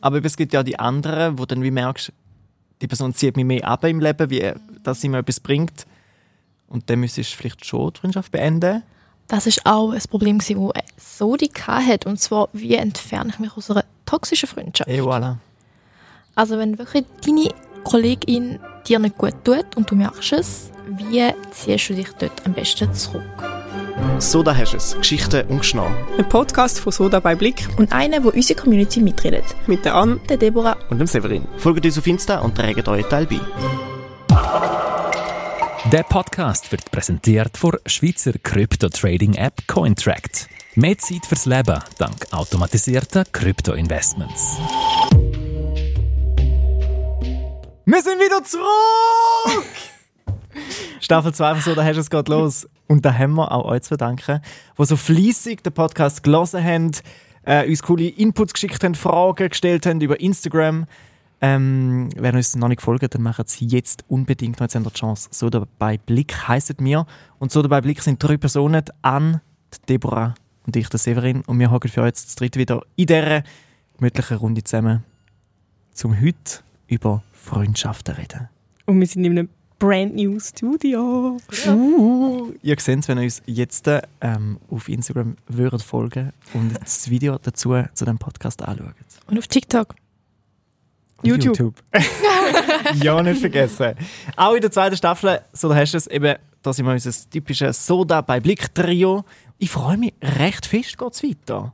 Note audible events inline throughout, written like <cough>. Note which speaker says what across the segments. Speaker 1: Aber es gibt ja die anderen, wo dann wie merkst, die Person zieht mich mehr ab im Leben, wie dass sie mir etwas bringt. Und dann müsstest du vielleicht schon die Freundschaft beenden.
Speaker 2: Das ist auch ein Problem, das Sodi hat. Und zwar, wie entferne ich mich aus einer toxischen Freundschaft?
Speaker 1: Et voilà.
Speaker 2: Also, wenn wirklich deine Kollegin dir nicht gut tut und du merkst es, wie ziehst du dich dort am besten zurück?
Speaker 1: So, da hast du es. Geschichten und Geschnau.
Speaker 3: Ein Podcast von Soda bei Blick
Speaker 4: und einer, wo unsere Community mitredet.
Speaker 3: mit der Anne.
Speaker 4: Der Deborah.
Speaker 1: Und dem Severin. Folgt uns auf Insta und trägt euren Teil bei.
Speaker 5: Der Podcast wird präsentiert von Schweizer Krypto-Trading-App Cointract. Mehr Zeit fürs Leben dank automatisierter Krypto-Investments.
Speaker 1: Wir sind wieder zurück! <laughs> Staffel 2 von so, da hast du es gerade los. Und da haben wir auch euch zu danken, die so fleissig den Podcast gelesen haben, äh, uns coole Inputs geschickt haben, Fragen gestellt haben über Instagram. Ähm, wenn uns noch nicht folgt, dann macht es jetzt unbedingt, noch, jetzt habt ihr die Chance. So dabei Blick heisst mir. Und so dabei Blick sind drei Personen, die Anne, die Deborah und ich, der Severin. Und wir hocken für euch jetzt zu dritt wieder in dieser gemütlichen Runde zusammen, zum heute über Freundschaften reden.
Speaker 3: Und wir sind in einem brand new Studio.
Speaker 1: Ihr seht es, wenn ihr uns jetzt ähm, auf Instagram würdet folgen und das Video dazu zu dem Podcast anschaut.
Speaker 2: Und auf TikTok.
Speaker 1: Und
Speaker 3: YouTube.
Speaker 1: <laughs> ja, nicht vergessen. Auch in der zweiten Staffel, so da hast du es eben, da sind wir unser typisches Soda bei Blick-Trio. Ich freue mich recht fest, geht es weiter.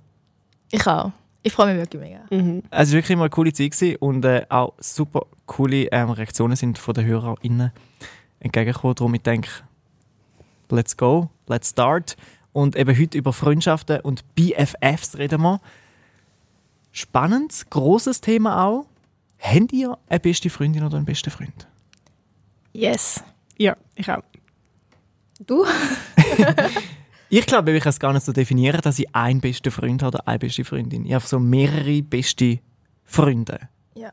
Speaker 2: Ich auch. Ich freue mich wirklich mega.
Speaker 3: Mhm.
Speaker 1: Es war wirklich mal eine coole Zeit gewesen und äh, auch super coole ähm, Reaktionen sind von den HörerInnen entgegengekommen. Darum ich denke, let's go, let's start. Und eben heute über Freundschaften und BFFs reden wir. Spannend, großes Thema auch. Habt ihr eine beste Freundin oder einen besten Freund?
Speaker 2: Yes.
Speaker 3: Ja, ich auch.
Speaker 2: Du?
Speaker 1: Ich glaube, ich kann es gar nicht so definieren, dass ich einen besten Freund habe oder eine beste Freundin. Ich habe so mehrere beste Freunde.
Speaker 2: Ja.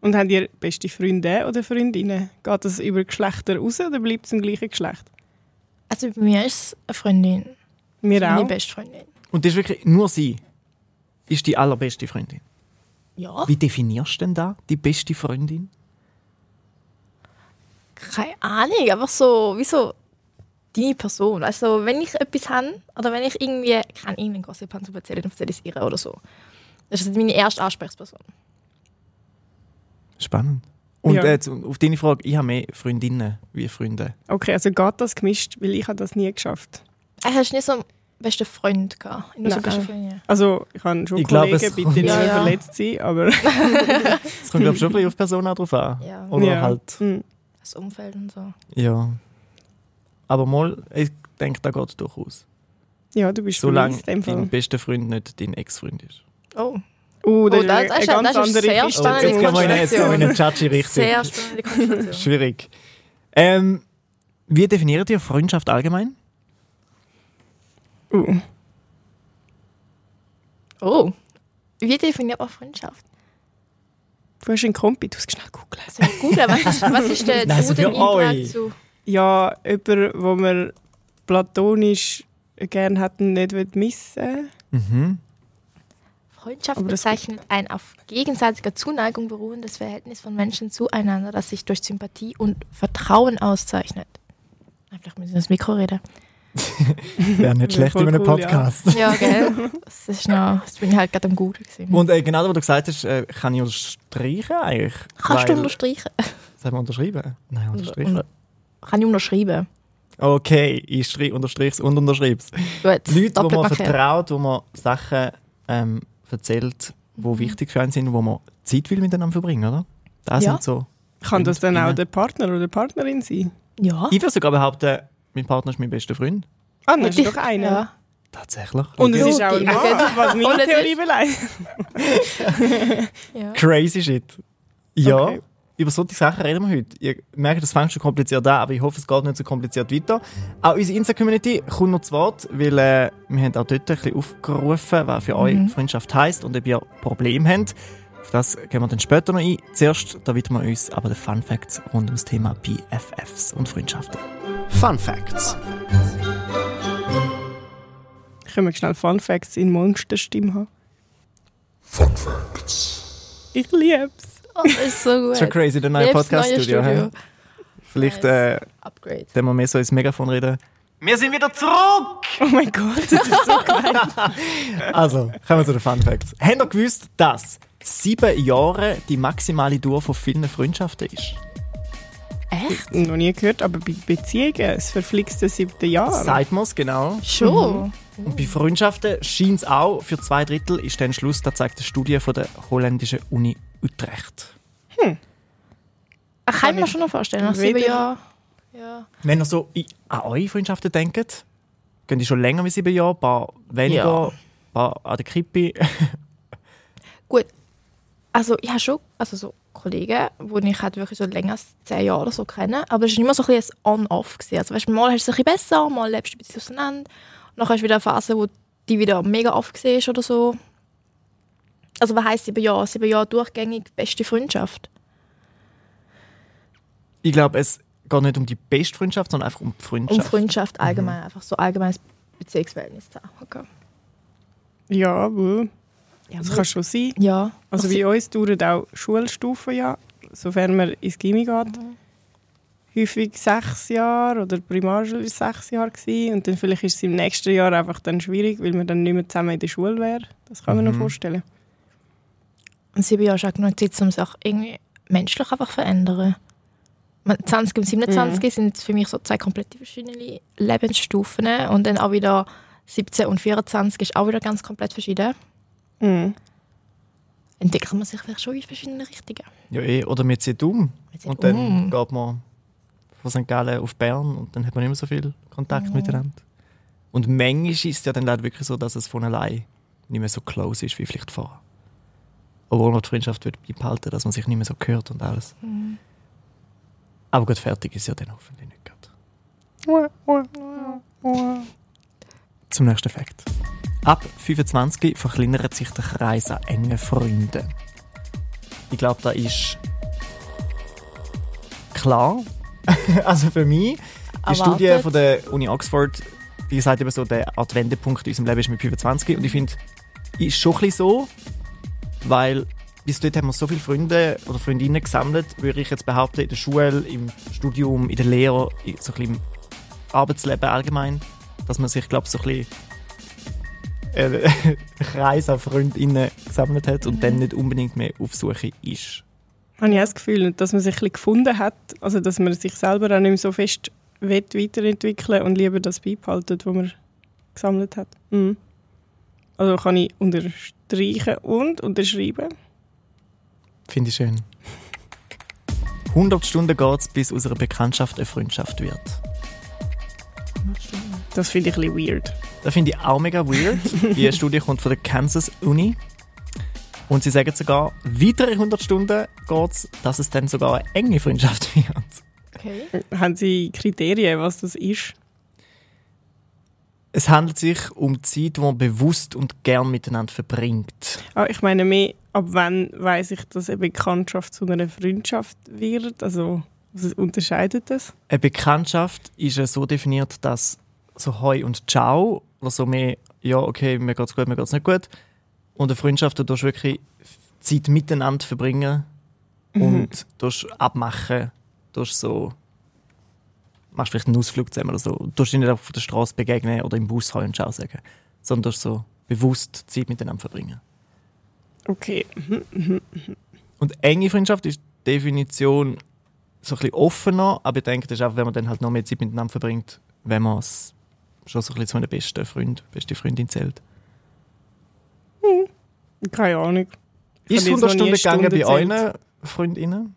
Speaker 3: Und habt ihr beste Freunde oder Freundinnen? Geht das über Geschlechter raus oder bleibt es im gleichen Geschlecht?
Speaker 2: Also bei mir ist es eine Freundin.
Speaker 3: Wir
Speaker 2: Meine
Speaker 3: auch.
Speaker 2: beste Freundin.
Speaker 1: Und das ist wirklich nur sie ist die allerbeste Freundin.
Speaker 2: Ja.
Speaker 1: Wie definierst du denn da die beste Freundin?
Speaker 2: Keine Ahnung, einfach so, wie so deine Person. Also wenn ich etwas habe oder wenn ich irgendwie kann irgendeinen Gossip habe zu erzählen, dann erzähle ich es ihr oder so. Das ist meine erste Ansprechperson.
Speaker 1: Spannend. Und
Speaker 3: Ja.
Speaker 1: äh, zu- auf deine Frage, ich habe mehr Freundinnen wie Freunde.
Speaker 3: Okay, also geht das gemischt, weil ich habe das nie geschafft.
Speaker 2: Ich Also, hast nicht so einen besten Freund gehabt. Nur so
Speaker 3: Nein.
Speaker 2: beste Freundin.
Speaker 3: Also ich habe schon
Speaker 1: Ich glaube,
Speaker 3: Kollegen,
Speaker 1: es
Speaker 3: bitte
Speaker 1: kommt-
Speaker 3: nicht
Speaker 2: Ja, ja.
Speaker 3: verletzt sein, aber
Speaker 1: Es kommt, glaube ich, schon ein bisschen auf die Person auch drauf an.
Speaker 2: Ja.
Speaker 1: Oder
Speaker 3: <laughs> Ja.
Speaker 1: halt,
Speaker 3: Hm.
Speaker 2: Das Umfeld und so.
Speaker 1: ja. Aber mal, ich denke, da geht es durchaus.
Speaker 3: ja, du bist
Speaker 1: Solange
Speaker 3: verletzt in dem
Speaker 1: dein
Speaker 3: Fall.
Speaker 1: bester Freund nicht dein Ex-Freund ist.
Speaker 2: Oh,
Speaker 3: Oh,
Speaker 2: Oh, das ist- das ist sehr
Speaker 3: Kiste.
Speaker 2: spannend.
Speaker 1: Also, jetzt gehen wir in eine- jetzt gehen wir in eine
Speaker 2: Konstellation.
Speaker 1: Chachi richtig.
Speaker 2: sehr
Speaker 1: <laughs>
Speaker 2: spannende Konstellation.
Speaker 1: Schwierig. Ähm, wie definiert ihr Freundschaft allgemein?
Speaker 3: Oh.
Speaker 2: oh, wie definiert man Freundschaft?
Speaker 3: Du hast einen Kompi, du musst schnell googeln.
Speaker 2: Also gut, was ist, was ist der
Speaker 1: Nein, also
Speaker 2: Duden
Speaker 1: für euch.
Speaker 2: Eintrag zu?
Speaker 3: Ja, jemand, wo man platonisch gerne hat und nicht will missen
Speaker 1: Mhm.
Speaker 2: Freundschaft
Speaker 3: Aber das-
Speaker 2: bezeichnet ein auf gegenseitiger Zuneigung beruhendes Verhältnis von Menschen zueinander, das sich durch Sympathie und Vertrauen auszeichnet. Einfach müssen wir ins Mikro reden.
Speaker 1: Wäre nicht
Speaker 3: Wäre
Speaker 1: schlecht
Speaker 3: voll
Speaker 1: in einem
Speaker 3: cool,
Speaker 1: Podcast.
Speaker 2: Ja, gell? <laughs> Das, ist noch, das bin ich halt gerade am Google gesehen.
Speaker 1: Und äh, genau das, was du gesagt hast, äh, kann ich unterstreichen eigentlich.
Speaker 2: Kannst
Speaker 1: Weil-
Speaker 2: du unterstreichen?
Speaker 1: Sollen wir unterschreiben? Nein, unterstrichen.
Speaker 2: Unter- Kann ich unterschreiben?
Speaker 1: Okay, ich strich, unterstrich's und
Speaker 3: <laughs>
Speaker 1: unterschreib's.
Speaker 2: Gut,
Speaker 1: Leute, wo man
Speaker 2: markiert.
Speaker 1: vertraut, wo man Sachen ähm, erzählt,
Speaker 3: Mhm.
Speaker 1: die wichtig für einen sind, wo man Zeit will miteinander verbringen, oder? Das
Speaker 2: Ja.
Speaker 1: sind so.
Speaker 3: Kann das dann auch
Speaker 1: Freundinnen.
Speaker 3: der Partner oder Partnerin sein?
Speaker 2: Ja.
Speaker 1: Ich würde sogar behaupten, mein Partner ist mein bester Freund.
Speaker 3: Ah, das ist doch einer.
Speaker 2: Ja.
Speaker 1: Tatsächlich.
Speaker 3: Und es
Speaker 2: Okay.
Speaker 3: ist auch ein Mann,
Speaker 2: <laughs> Okay.
Speaker 3: was
Speaker 2: Und
Speaker 3: meine
Speaker 2: es ist-
Speaker 3: Theorie beleidigt.
Speaker 2: Ja.
Speaker 1: Crazy shit. Ja.
Speaker 3: Okay.
Speaker 1: Über solche Sachen reden wir heute. Ihr merkt, das fängt schon kompliziert an, aber ich hoffe, es geht nicht so kompliziert weiter. Auch unsere Insta-Community kommt noch zu Wort, weil äh, wir haben auch dort ein bisschen aufgerufen, was für euch Freundschaft heisst und ob ihr Probleme habt. Auf das gehen wir dann später noch ein. Zuerst, da widmen wir uns aber den Fun Facts rund ums Thema BFFs und Freundschaften. Fun Facts.
Speaker 3: Können wir schnell Fun Facts in Monsterstimme haben?
Speaker 6: Fun Facts.
Speaker 3: Ich lieb's.
Speaker 2: Oh, das ist so gut.
Speaker 1: Schon crazy, der neue
Speaker 2: Liebes neue
Speaker 1: Podcast-Studio. hä?
Speaker 2: Studio.
Speaker 1: Vielleicht äh,
Speaker 2: Nice. Upgrade.
Speaker 1: dann mal mehr so ins Megafon reden. Wir sind wieder zurück!
Speaker 3: Oh mein Gott, das ist so geil.
Speaker 1: Also, kommen wir zu den Fun Facts. Habt ihr gewusst, dass sieben Jahre die maximale Dauer von vielen Freundschaften ist?
Speaker 2: Echt?
Speaker 3: Noch nie gehört, aber bei Beziehungen, das verflixte siebte Jahr.
Speaker 1: Sagt man es, genau.
Speaker 2: Schon?
Speaker 1: Und bei Freundschaften scheint es auch, für zwei Drittel ist dann Schluss, das zeigt eine Studie von der holländischen Uni Utrecht.
Speaker 2: Ach, kann ich mir schon noch vorstellen, nach sieben
Speaker 3: Weder-
Speaker 2: Jahren. Ja.
Speaker 1: Wenn ihr so i- an eure Freundschaften denkt, gehen die schon länger als sieben Jahre, ein paar weniger,
Speaker 2: Ja.
Speaker 1: ein paar an der Krippe.
Speaker 2: Gut. Also, ich habe schon also so Kollegen, die ich halt wirklich so länger als zehn Jahre oder so kenne. Aber es war immer so ein bisschen ein On-Off. gewesen. Also, weißt, du, mal hast du es ein bisschen besser, mal lebst du ein bisschen auseinander. Und dann hast du wieder eine Phase, wo die wieder mega off war oder so. Also, was heisst sieben Jahre? Sieben Jahre durchgängig beste Freundschaft.
Speaker 1: Ich glaube, es geht nicht um die beste Freundschaft, sondern einfach um die
Speaker 2: Um
Speaker 1: Freundschaft.
Speaker 2: Freundschaft allgemein, einfach so allgemeines Beziehungsverhältnis zu haben. Okay.
Speaker 3: Ja, wohl.
Speaker 2: Ja,
Speaker 3: Das kann schon sein.
Speaker 2: ja.
Speaker 3: Also bei uns dauern auch Schulstufen ja, sofern man ins Gymi geht. Häufig sechs Jahre oder Primarschule war sechs Jahre. Gewesen. Und dann vielleicht ist es im nächsten Jahr einfach dann schwierig, weil man dann nicht mehr zusammen in der Schule wäre. Das kann man mir noch vorstellen.
Speaker 2: Und sieben Jahre ist auch genug Zeit, um sich irgendwie menschlich einfach zu verändern. Ich meine, 20 und 27
Speaker 1: Mhm.
Speaker 2: sind für mich so zwei komplett verschiedene Lebensstufen. Und dann auch wieder 17 und 24 ist auch wieder ganz komplett verschieden.
Speaker 3: Mhm.
Speaker 2: Entwickelt man sich vielleicht schon in verschiedene Richtungen.
Speaker 1: Ja, eh. Oder man zieht um.
Speaker 2: Man zieht
Speaker 1: Und dann
Speaker 2: um.
Speaker 1: geht man von St. Gallen auf Bern und dann hat man nicht mehr so viel Kontakt miteinander. Und manchmal ist es ja dann leider wirklich so, dass es von allein nicht mehr so close ist wie vielleicht vorher. Obwohl man die Freundschaft wird beibehalten, dass man sich nicht mehr so hört und alles. Aber gut, fertig ist ja dann hoffentlich nicht gerade. Zum nächsten Fakt. Ab 25 verkleinert sich der Kreis an engen Freunden. Ich glaube, da ist klar. <laughs> also für mich, die
Speaker 2: Erwartet.
Speaker 1: Studie von der Uni Oxford, die sagt eben so, der Adwendepunkt in unserem Leben ist mit 25. Und ich finde, ist schon ein bisschen so, weil bis dort haben wir so viele Freunde oder Freundinnen gesammelt, würde ich jetzt behaupten, in der Schule, im Studium, in der Lehre, in- so ein bisschen im Arbeitsleben allgemein, dass man sich, glaube ich, so ein bisschen äh, <laughs> einen Kreis an Freundinnen gesammelt hat und dann nicht unbedingt mehr auf Suche ist.
Speaker 3: Habe ich auch das Gefühl, dass man sich ein bisschen gefunden hat. Also dass man sich selber auch nicht mehr so fest will weiterentwickeln und lieber das beibehalten, was man gesammelt hat. Mhm. Also kann ich unterstreichen und unterschreiben.
Speaker 1: Finde ich schön. 100 Stunden geht es, bis aus einer Bekanntschaft eine Freundschaft wird.
Speaker 3: Das finde ich ein bisschen weird.
Speaker 1: Das finde ich auch mega weird. Die Studie kommt von der Kansas Uni. Und sie sagen sogar, weitere 100 Stunden geht es, dass es dann sogar eine enge Freundschaft <laughs> wird.
Speaker 2: Okay.
Speaker 3: Haben Sie Kriterien, was das ist?
Speaker 1: Es handelt sich um die Zeit, die man bewusst und gern miteinander verbringt.
Speaker 3: Ah, ich meine mehr, ab wann weiß ich, dass eine Bekanntschaft zu einer Freundschaft wird? Also was unterscheidet das?
Speaker 1: Eine Bekanntschaft ist ja so definiert, dass so Hoi und Ciao, oder so mehr, ja, okay, mir geht's gut, mir geht's nicht gut. Und eine Freundschaft, da tust du wirklich Zeit miteinander verbringen und durch abmachen, durch so. Machst vielleicht einen Ausflug zusammen oder so. Du dich nicht auf der Straße begegnen oder im Bus Hoi und Ciao sagen, sondern durch so bewusst Zeit miteinander verbringen.
Speaker 3: Okay.
Speaker 1: Und enge Freundschaft ist die Definition so ein bisschen offener, aber ich denke, das ist auch, wenn man dann halt noch mehr Zeit miteinander verbringt, wenn man es schon so ein bisschen zu einer besten Freund, beste Freundin zählt.
Speaker 3: Keine Ahnung. Ich
Speaker 1: Ist es
Speaker 3: habe
Speaker 1: 100
Speaker 3: jetzt noch nie
Speaker 1: Stunden gegangen bei
Speaker 3: gezählt.
Speaker 1: euren Freundinnen?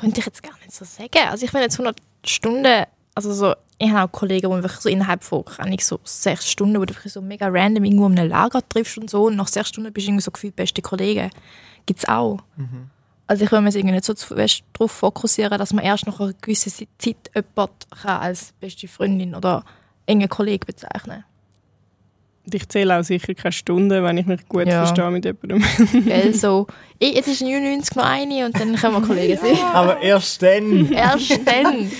Speaker 2: Könnte ich jetzt gar nicht so sagen. Also ich meine jetzt 100 Stunden, also so, ich habe auch Kollegen, die wirklich so innerhalb von, keine Ahnung, so sechs Stunden, wo du wirklich so mega random irgendwo in einem Lager triffst und so und nach sechs Stunden bist du irgendwie so gefühlt beste Kollege. Gibt es auch.
Speaker 3: Mhm.
Speaker 2: Also ich will mir jetzt irgendwie nicht so zu fest darauf fokussieren, dass man erst nach einer gewissen Si- Zeit jemanden kann als beste Freundin oder engen Kollege
Speaker 3: <laughs>
Speaker 2: bezeichnen
Speaker 3: Und Ich zähle auch sicher keine Stunden, wenn ich mich gut
Speaker 2: Ja.
Speaker 3: verstehe mit jemandem. <laughs>
Speaker 2: Gell, so, ich, jetzt ist 99 noch eine und dann können wir
Speaker 3: <laughs>
Speaker 2: Kollegen sein.
Speaker 1: Aber erst dann.
Speaker 2: Erst dann.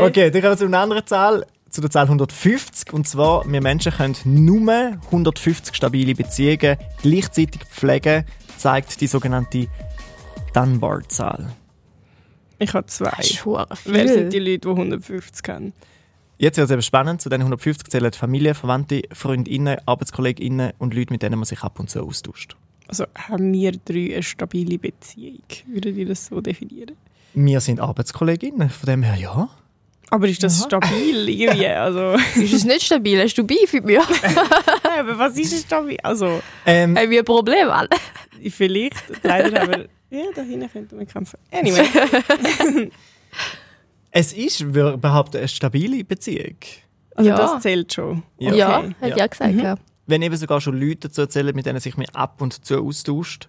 Speaker 1: Okay, dann kommen wir zu einer anderen Zahl. zu der Zahl 150. Und zwar, wir Menschen können nur 150 stabile Beziehungen gleichzeitig pflegen, zeigt die sogenannte Dunbar-Zahl.
Speaker 3: Ich habe zwei.
Speaker 2: Das ist hure
Speaker 3: Wer
Speaker 2: viel.
Speaker 3: sind die Leute, die 150 haben?
Speaker 1: Jetzt wird es eben spannend. Zu den 150 zählen die Familie, Verwandte, Freundinnen, Arbeitskolleginnen und Leute, mit denen man sich ab und zu austauscht.
Speaker 3: Also haben wir drei eine stabile Beziehung? Würdet ihr das so definieren?
Speaker 1: Wir sind Arbeitskolleginnen, von dem her ja.
Speaker 3: Aber ist das
Speaker 2: <laughs>
Speaker 3: stabil irgendwie? Also, <laughs>
Speaker 2: Ist es nicht stabil? Hast du Beef mit mir?
Speaker 3: Nein, aber was ist es stabil? Also,
Speaker 1: Ähm,
Speaker 2: <laughs> Haben wir ein Problem alle?
Speaker 3: vielleicht,
Speaker 2: <laughs>
Speaker 3: leider, aber ja, da hinten könnten wir kämpfen. Anyway,
Speaker 1: es ist, wir behaupten, eine stabile Beziehung.
Speaker 3: also
Speaker 2: Ja.
Speaker 3: das zählt schon.
Speaker 1: Ja.
Speaker 2: Ja,
Speaker 3: Okay.
Speaker 2: hat
Speaker 1: Ja.
Speaker 2: ja, gesagt. Ja.
Speaker 1: Wenn eben sogar schon Leute dazu erzählen, mit denen sich man ab und zu austauscht,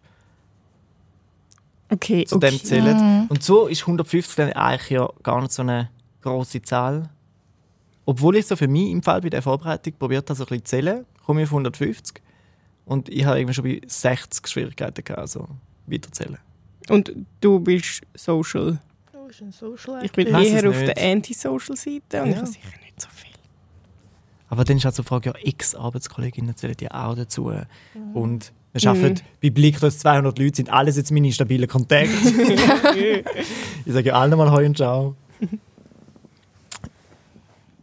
Speaker 3: Okay,
Speaker 1: zu dem zählen. Und so ist 150 dann eigentlich ja gar nicht so eine große Zahl. Obwohl ich so für mich im Fall bei der Vorbereitung probiert habe, so ein bisschen zu zählen, komme ich auf 150. Und ich habe irgendwie schon bei 60 Schwierigkeiten gehabt, also weiterzählen.
Speaker 3: Und du bist social. Ich bin
Speaker 1: Lass es
Speaker 3: eher auf
Speaker 1: nicht.
Speaker 3: der Anti-Social-Seite und ich
Speaker 1: Ja.
Speaker 3: habe sicher nicht so viel.
Speaker 1: Aber dann ist halt so die Frage, ja, x Arbeitskolleginnen zählen ja auch dazu.
Speaker 2: Mhm.
Speaker 1: Und wir arbeiten bei Blick, dass 200 Leute sind, alles jetzt meine stabilen Kontakte.
Speaker 2: <laughs>
Speaker 1: <laughs> ich sage ja allen mal Hoi und Ciao.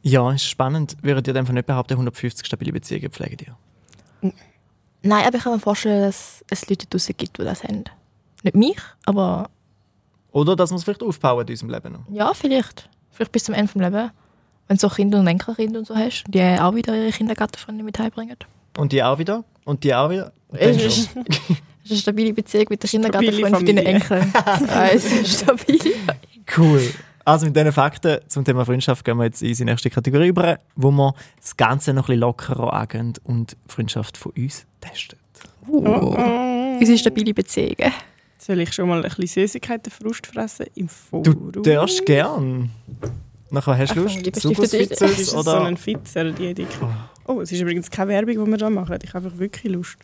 Speaker 1: Ja, ist spannend. Würdet ihr einfach nicht behaupten, 150 stabile Beziehungen pflegen dir?
Speaker 2: Nein, aber ich kann mir vorstellen, dass es Leute draussen gibt, die das haben. Nicht mich, aber
Speaker 1: Oder dass wir es vielleicht aufbauen in unserem Leben noch.
Speaker 2: ja, vielleicht. Vielleicht bis zum Ende des Lebens. Wenn du so Kinder und Enkelkinder und so hast, die auch wieder ihre Kindergartenfreunde mit heimbringen.
Speaker 1: Und die auch wieder? Und die auch wieder? Und dann
Speaker 2: Es
Speaker 1: schon.
Speaker 2: ist, <laughs> es ist eine stabile Beziehung mit der Kindergartenfreundin von
Speaker 3: Familie.
Speaker 2: deinen Enkeln. <laughs> ja, es ist stabil.
Speaker 1: Cool. Also mit diesen Fakten zum Thema Freundschaft gehen wir jetzt in unsere nächste Kategorie über, wo wir das Ganze noch ein bisschen lockerer angehen und die Freundschaft von uns testen.
Speaker 2: Uh, unsere stabile Beziehungen.
Speaker 3: Oh, Soll ich schon mal ein bisschen Süßigkeiten Frust fressen im
Speaker 1: Du
Speaker 3: Voraus?
Speaker 1: darfst gern. Nachher hast du
Speaker 2: Uh. Ach,
Speaker 1: Lust,
Speaker 2: die <laughs> bestimmt
Speaker 3: Das ist
Speaker 1: Sauberfitzes
Speaker 3: es so
Speaker 1: oder...
Speaker 3: ein Fitzer, die Idee. Oh, es ist übrigens keine Werbung, die wir da machen. Ich habe einfach wirklich Lust.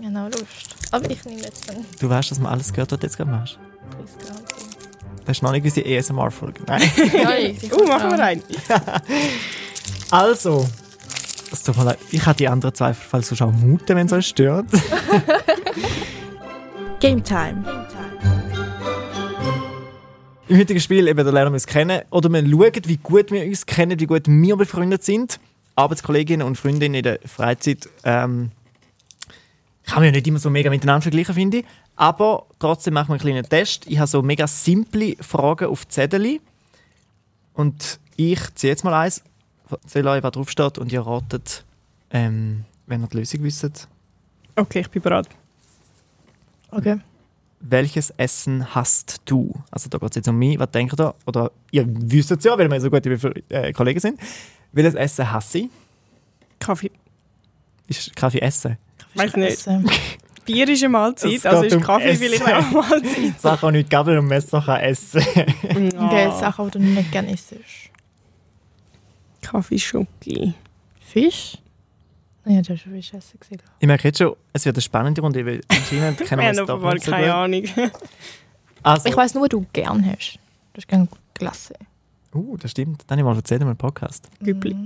Speaker 2: Genau, Lust. Aber ich nehme jetzt dann
Speaker 1: Du weißt, dass man alles gehört, was du jetzt gerade machst.
Speaker 2: Chris Gauti.
Speaker 1: Das ist noch nicht E unsere ASMR-Folge. Nein. <laughs>
Speaker 2: Ja, Uh,
Speaker 3: Oh, machen wir einen.
Speaker 1: also, es tut mir leid. Ich habe die anderen Zweifel, falls du schon muten, wenn es euch stört.
Speaker 4: Game Time.
Speaker 1: Im heutigen Spiel eben, da lernen wir uns kennen. Oder wir schauen, wie gut wir uns kennen, wie gut wir befreundet sind. Arbeitskolleginnen und Freundinnen in der Freizeit ähm, kann man ja nicht immer so mega miteinander vergleichen, finde ich. Aber trotzdem machen wir einen kleinen Test. Ich habe so mega simple Fragen auf Zettel. Und ich ziehe jetzt mal eins, erzähle euch, was draufsteht und ihr ratet, ähm, wenn ihr die Lösung wisst.
Speaker 3: Okay, ich bin bereit.
Speaker 2: Okay.
Speaker 1: Welches Essen hasst du? Also da geht es jetzt um mich, was denkt ihr? Oder ihr wisst es ja, weil wir so gute Befre- äh, Kollegen sind. Welches Essen hasse ich?
Speaker 3: Kaffee.
Speaker 1: Ist Kaffee essen?
Speaker 3: Weiß nicht.
Speaker 2: Essen.
Speaker 3: Bier ist eine
Speaker 1: Es
Speaker 3: Mahlzeit,
Speaker 1: geht
Speaker 3: also ist
Speaker 1: um
Speaker 3: Kaffee
Speaker 1: Essen.
Speaker 3: vielleicht auch
Speaker 1: <laughs>
Speaker 3: eine Mahlzeit.
Speaker 1: Sachen, die nicht Gabel und Messer kann essen
Speaker 2: Okay,
Speaker 3: Ah.
Speaker 2: Sachen, die du nicht gerne isst.
Speaker 3: Kaffee Schoki.
Speaker 2: Fisch? Ja, du hast schon Fisch essen gesehen.
Speaker 1: Ich merke jetzt schon, es wird eine spannende Runde, weil
Speaker 3: <laughs>
Speaker 1: anscheinend kennen
Speaker 3: Wir
Speaker 1: wir
Speaker 3: haben
Speaker 1: es doch
Speaker 3: offenbar
Speaker 1: nicht so
Speaker 3: keine
Speaker 1: gut.
Speaker 3: Ahnung.
Speaker 1: Also,
Speaker 2: Ich weiss nur, was du gerne hast. Du hast gerne Glasse.
Speaker 1: uh, das stimmt. Dann habe ich mal erzählt in meinem Podcast. <laughs>
Speaker 3: Güppli.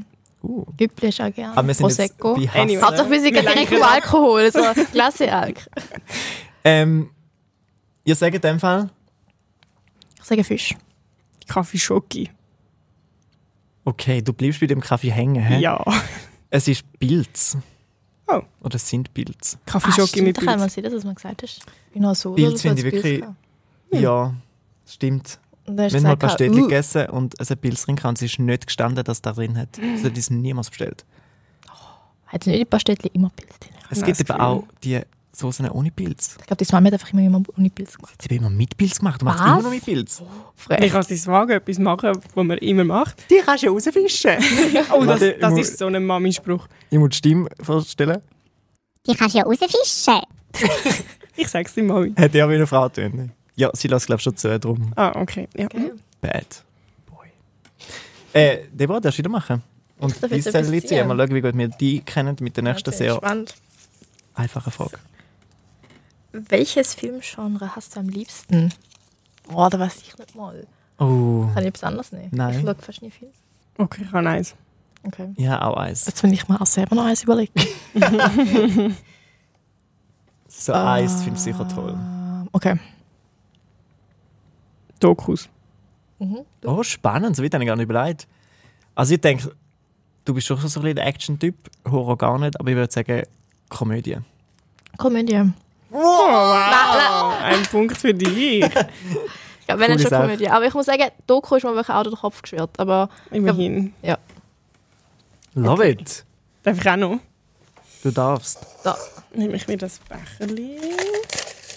Speaker 1: Uh.
Speaker 2: Güppli hast du auch gerne.
Speaker 1: Aber wir sind
Speaker 2: Prosecco.
Speaker 1: jetzt bei Hass.
Speaker 3: Anyway.
Speaker 2: Hauptsache, wir sind
Speaker 3: Wir
Speaker 2: direkt
Speaker 3: lenken
Speaker 2: vom Alkohol.
Speaker 1: <laughs>
Speaker 2: So Glasse-Alk.
Speaker 1: Ähm, ihr sagt in dem Fall,
Speaker 2: Ich sage Fisch.
Speaker 3: Kaffee Schoki.
Speaker 1: okay, du bleibst bei dem Kaffee hängen. He?
Speaker 3: Ja.
Speaker 2: Ah,
Speaker 1: Es ist Pilz.
Speaker 3: Oh.
Speaker 1: Oder es sind Pilze.
Speaker 3: Kaffee Schoki mit
Speaker 2: Ah, Da kann man
Speaker 3: Pilz.
Speaker 2: sehen, dass man gesagt hast. Genau so.
Speaker 1: Pilz
Speaker 2: oder so
Speaker 1: finde
Speaker 2: als
Speaker 1: ich wirklich-
Speaker 2: Pilz gehabt.
Speaker 3: Hm.
Speaker 1: Ja, stimmt.
Speaker 2: Und dann hast du
Speaker 1: Wenn halt mal
Speaker 2: gesagt,
Speaker 1: Pastete
Speaker 2: «Uh,
Speaker 1: gegessen und es ein Pilz drin kann, es ist nicht gestanden, dass es da drin hat.
Speaker 2: Mhm.
Speaker 1: Sie hat es niemals bestellt.
Speaker 2: Hat nicht die Pastete immer Pilz drin?
Speaker 1: Es
Speaker 3: Nein,
Speaker 1: gibt
Speaker 3: das
Speaker 1: aber auch die Soßen ohne Pilz.
Speaker 2: Ich glaube, das Mama hat einfach immer jemand ohne Pilz gemacht.
Speaker 1: Sie haben immer mit Pilz gemacht. Du machst
Speaker 2: Was?
Speaker 1: immer noch mit Pilz.
Speaker 3: Ich
Speaker 2: Frech.
Speaker 3: kann es wagen, etwas machen, was man immer macht.
Speaker 1: Die kannst du ja rausfischen.
Speaker 3: <laughs> Oh, das,
Speaker 1: Warte, ich
Speaker 3: das
Speaker 1: muss-
Speaker 3: ist so ein Mami-Spruch.
Speaker 1: Ich muss die Stimme vorstellen.
Speaker 6: Die kannst du ja rausfischen.
Speaker 3: Ich sag's dir, Mami.
Speaker 1: Hätte ich auch wie eine Frau tun. Ja, sie lässt glaube ich schon zu, drum.
Speaker 3: Ah, okay. Ja.
Speaker 1: Bad. Boy. Äh, Deborah, darfst du wieder machen? Und
Speaker 2: Ich darf
Speaker 1: dein
Speaker 2: jetzt etwas
Speaker 1: Zettel ziehen.
Speaker 2: ziehen.
Speaker 1: Mal schauen, wie gut wir die kennen mit der nächsten sehr
Speaker 2: Spannend.
Speaker 1: einfachen Frage.
Speaker 2: Welches Filmgenre hast du am liebsten? Oh, da weiß ich nicht mal.
Speaker 1: Oh.
Speaker 2: Kann ich etwas anderes nehmen?
Speaker 1: Nein.
Speaker 2: Ich schaue fast nie Filme.
Speaker 3: Okay, ich habe eins.
Speaker 2: Okay.
Speaker 1: Ja, auch eins.
Speaker 2: Jetzt will ich mir auch selber noch eins überlegen.
Speaker 1: So
Speaker 2: Ah.
Speaker 1: eins finde ich sicher toll.
Speaker 2: Ähm, Okay.
Speaker 3: Dokus.
Speaker 1: Oh, spannend, so weit habe ich gar nicht überlegt. Also ich denke, du bist schon so ein bisschen der Action-Typ, Horror gar nicht, aber ich würde sagen, Komödie.
Speaker 2: Komödie.
Speaker 3: Ein Punkt für
Speaker 1: <laughs>
Speaker 3: dich.
Speaker 2: Ja,
Speaker 1: Coole
Speaker 2: wenn dann schon
Speaker 1: Sache.
Speaker 2: Komödie. Aber ich muss sagen, Doku ist mir wirklich auch durch den Kopf geschwirrt. Aber
Speaker 3: Immerhin.
Speaker 1: Love it!
Speaker 3: Darf ich auch noch?
Speaker 1: Du darfst.
Speaker 2: da.
Speaker 3: Nehme ich mir das Becherli.